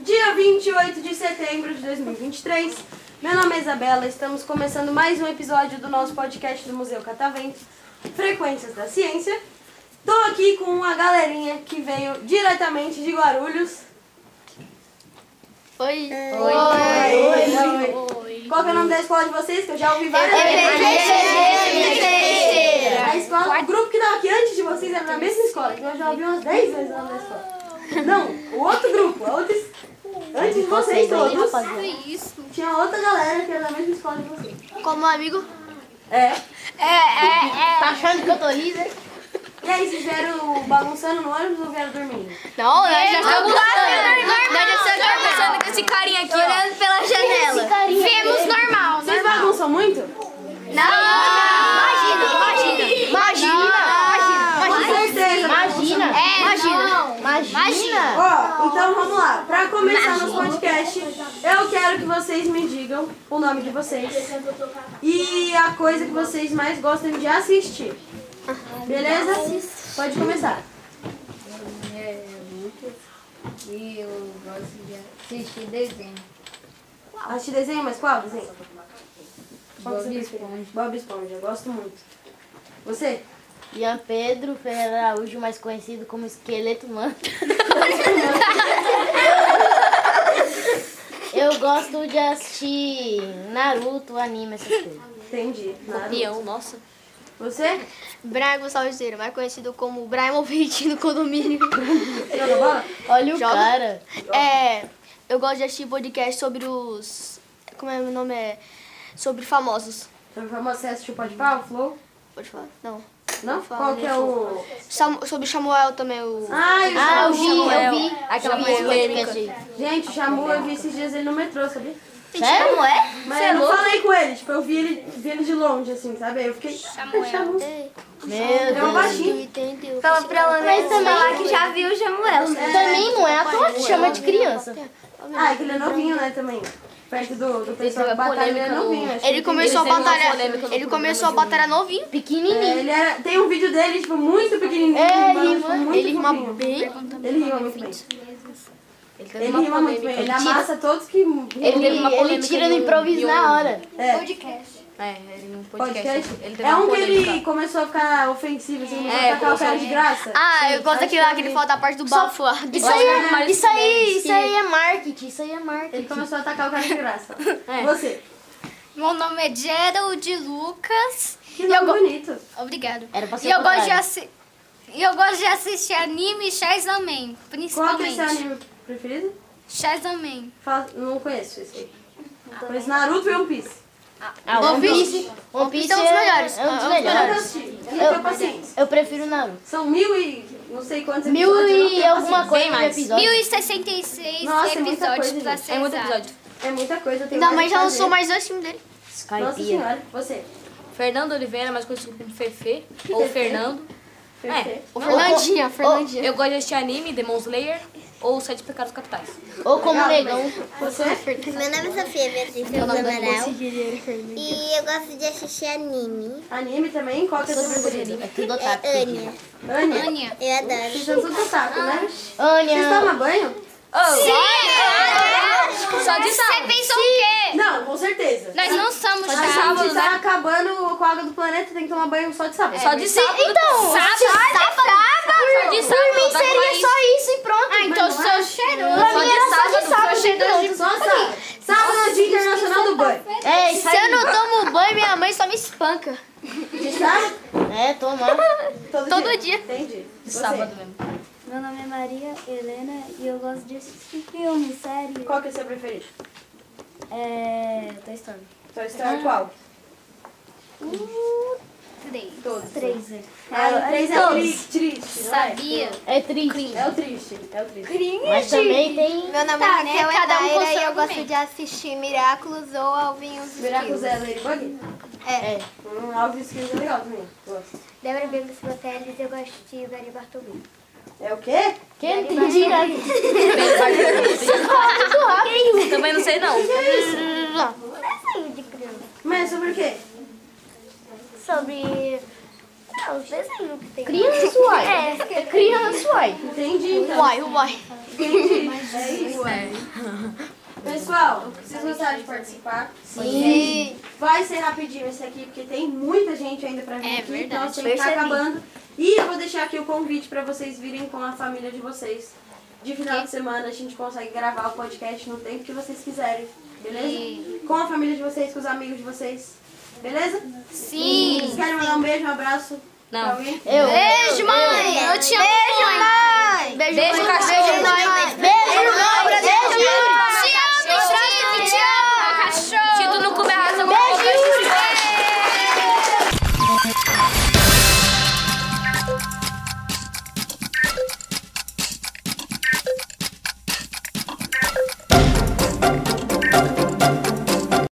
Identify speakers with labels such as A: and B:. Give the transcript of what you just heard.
A: Dia 28 de setembro de 2023. Meu nome é Isabela, estamos começando mais um episódio do nosso podcast do Museu Catavento, Frequências da Ciência. Tô aqui com uma galerinha que veio diretamente de Guarulhos.
B: Oi.
A: Oi. Qual que é o nome da escola de vocês? Que eu já ouvi várias
B: é
A: A escola, o grupo que estava aqui antes de vocês era na mesma escola, que nós já ouvimos umas 10 vezes o nome da escola. Não, o outro grupo, a outra es- antes de vocês todos,
B: Isso.
A: tinha outra galera que era da mesma escola de vocês.
B: Como amigo?
A: É.
B: É, é, é. Tá achando que eu tô lisa?
A: E aí, vocês vieram bagunçando no ônibus ou vieram dormindo?
B: Não, nós já estamos É, lá.
C: Nós já estamos conversando com esse carinha aqui, olhando pela janela.
B: Vemos normal.
A: Vocês bagunçam muito?
B: Imagina, imagina.
A: Com certeza.
B: Ah, Imagina. É, imagina. Imagina.
A: Ó, então vamos lá. Pra começar nosso podcast, eu quero que vocês me digam o nome de vocês e a coisa que vocês mais gostam de assistir. Beleza? Pode começar.
D: É,
E: E eu gosto de assistir desenho.
A: Assistir desenho, mas qual desenho? Qual que
E: Bob
A: você prefere? Bob Esponja, eu gosto muito. Você?
C: Ian Pedro Ferreira Araújo, mais conhecido como Esqueleto Humano. Eu gosto de assistir Naruto, anime, essas coisas.
A: Entendi. Naruto.
C: Leão, nossa.
A: Você?
B: Brian Gonçalves Vieira, mais conhecido como Brian Ouvinte no condomínio.
A: Joga bola?
C: Olha o
B: Joga.
C: cara.
B: É, eu gosto de assistir podcast sobre os... Como é o nome? É, sobre famosos.
A: Sobre famoso, Então, você assistiu Pode Pau, Flow?
B: Pode falar? Não.
A: Não?
B: Fala,
A: Qual que é
B: deixa eu
A: o...
B: Sam- sobre Samuel também, o...
A: Ai,
C: Ah,
A: o
C: eu vi,
A: Samuel.
C: eu vi. Aquela
B: coisa polêmica.
A: Gente, o Jamu, eu vi esses dias ele no metrô, sabia?
C: Sério? Como é?
A: Mas eu não falei com ele, tipo, eu vi ele, vi ele de longe, assim, sabe? Aí Eu fiquei. Samuel.
C: Meu
A: É um
C: Deus.
A: baixinho.
C: Fala pra ela, né?
E: Falar que já viu o Samuel.
C: Também não é à toa que chama de criança.
A: Ah, é que ele é novinho, né, também. Perto do, do pessoal que batalha, ele é novinho. acho que
B: Ele
A: tem-
B: começou a
A: tem-
B: batalhar. Ele começou a batalhar novinho.
C: Pequenininho.
A: É, ele era, tem um vídeo dele, tipo, muito pequenininho.
C: É,
A: mano,
C: rima-
A: tipo, muito
C: ele rima
A: fofinho. Ele rima muito bem. Ele, rima muito bem. Ele
C: tira-
A: amassa todos que...
C: Ele, ele tira no improviso na hora.
A: É,
D: É, ele um podcast.
A: podcast.
D: Ele teve
A: É um
D: uma
A: que ele
D: polêmica.
A: começou a ficar ofensivo, assim, começou
D: É,
A: a tacar o cara de graça.
B: Ah, eu gosto daquele lá que ele fala da parte do bafo. lá.
C: Isso
D: Eu
C: aí,
D: acho que é
C: é,
D: mais
C: isso aí,
D: que-
C: isso aí é marketing, isso aí é
A: Ele
C: marketing.
A: começou a atacar o cara de graça. Você.
F: Meu nome é Gerald Lucas.
A: Que nome bonito.
F: Obrigado.
C: Era pra ser
F: E eu
C: o
F: gosto, de
C: contrário.
F: assi... e eu gosto de assistir anime e Shazam,
A: Qual que é o seu
F: principalmente.
A: anime preferido?
F: Shazam.
A: Fala- não conheço esse aí. Conheço Naruto e One Piece.
C: Ah, One Piece. One Piece
B: é um dos melhores.
C: É um dos
B: É um dos
A: Eu
C: melhores.
A: assisti. Eu não tenho paciência.
C: Eu prefiro Naruto.
A: São mil e não sei quantos
C: Mil
A: episódios. eu não
C: e
A: tenho
C: alguma
A: paciência.
C: coisa de episódio.
F: 1066
A: Nossa, é muita
F: episódios
A: coisa,
F: pra
A: gente.
F: ser
D: É muito
F: exato.
D: episódio.
A: É muita coisa. eu tenho
B: Ainda
A: vontade
B: mais
A: de
B: já
A: fazer.
B: lançou mais dois filmes dele.
A: Nossa
C: Skype.
A: senhora, você.
D: Fernando Oliveira, mais conhecido como Fefe. Ou Fernando. É.
B: O Fernandinha, Fernandinha.
D: Eu gosto de assistir anime, Demon Slayer ou Sete Pecados Capitais.
C: Ou como negão.
A: Você?
G: Meu nome é Sofia Beatriz Souza Amaral e eu gosto de assistir anime.
A: Anime também? Qual que é o seu preferido?
C: É tudo otaku.
G: É Ania.
A: Ania.
F: Ania.
G: Eu adoro.
A: Vocês são tudo taco, né? Vocês
C: Ania.
A: tomam banho?
D: é. Só de
B: é.
F: Você pensou o quê?
A: Não, com certeza.
F: Nós não somos
A: A gente
F: sábado.
A: tá acabando com a água do planeta, tem que tomar banho só de sábado.
D: Só de sábado.
C: Então,
D: Sábado. Só de sábado.
C: por mim
D: dá
C: seria
D: pra
C: só isso e pronto.
F: Ah, então
A: Mas não
F: sou cheiroso.
C: Pra mim era só de sábado.
A: Pronto, Então, só sábado. Sábado é o Dia Internacional do Banho.
C: É, isso
B: Se eu
C: aí.
B: não tomo banho, minha mãe só me espanca.
A: De sábado?
C: É, toma.
B: Todo dia.
A: tá Entendi. Você,
D: Sábado mesmo.
H: Meu nome é Maria Helena e eu gosto de assistir filme, série.
A: Qual que é o seu preferido?
H: É. Toy Story.
A: Toy Story qual?
F: Três.
A: Todos.
H: Três, né?
A: Ah, o três é tri- triste, não é?
F: Sabia?
C: É triste.
A: É o triste, é o triste.
C: Mas também tem...
B: Meu é nome
F: Tá, né? Cada um com seu argumento.
B: de assistir Miraculous ou Alvinhos
A: Miraculous é Ladybug?
C: É.
A: Hum, Alves Skills é legal também. Gosto.
H: Débora Bigos Botelhos eu gosto de Gary Bartolini.
A: É o quê?
C: Quem não entendi nada.
D: Também não sei não.
F: Um
H: Não sei,
A: é sobre o quê?
F: Sobre. Ah, os desenhos que tem.
C: Criança uai.
F: É.
C: Criança uai.
A: Entendi, então.
B: Uai, uai.
A: Entendi. É isso. Pessoal, vocês gostaram de participar? Sim. Vai ser rapidinho esse aqui, porque tem muita gente ainda pra vir
F: É
A: aqui.
F: verdade,
A: Nosso tempo tá
F: percebi.
A: acabando. E eu vou deixar aqui o convite pra vocês virem com a família de vocês. De final de semana a gente consegue gravar o podcast no tempo que vocês quiserem, beleza? Com a família de vocês, com os amigos de vocês, beleza? Sim. Vocês querem mandar um beijo, um abraço?
D: Não.
A: pra alguém?
F: Beijo, mãe! Eu te amo! Beijo, mãe!
B: Beijo, cachorro.
F: Beijo, mãe!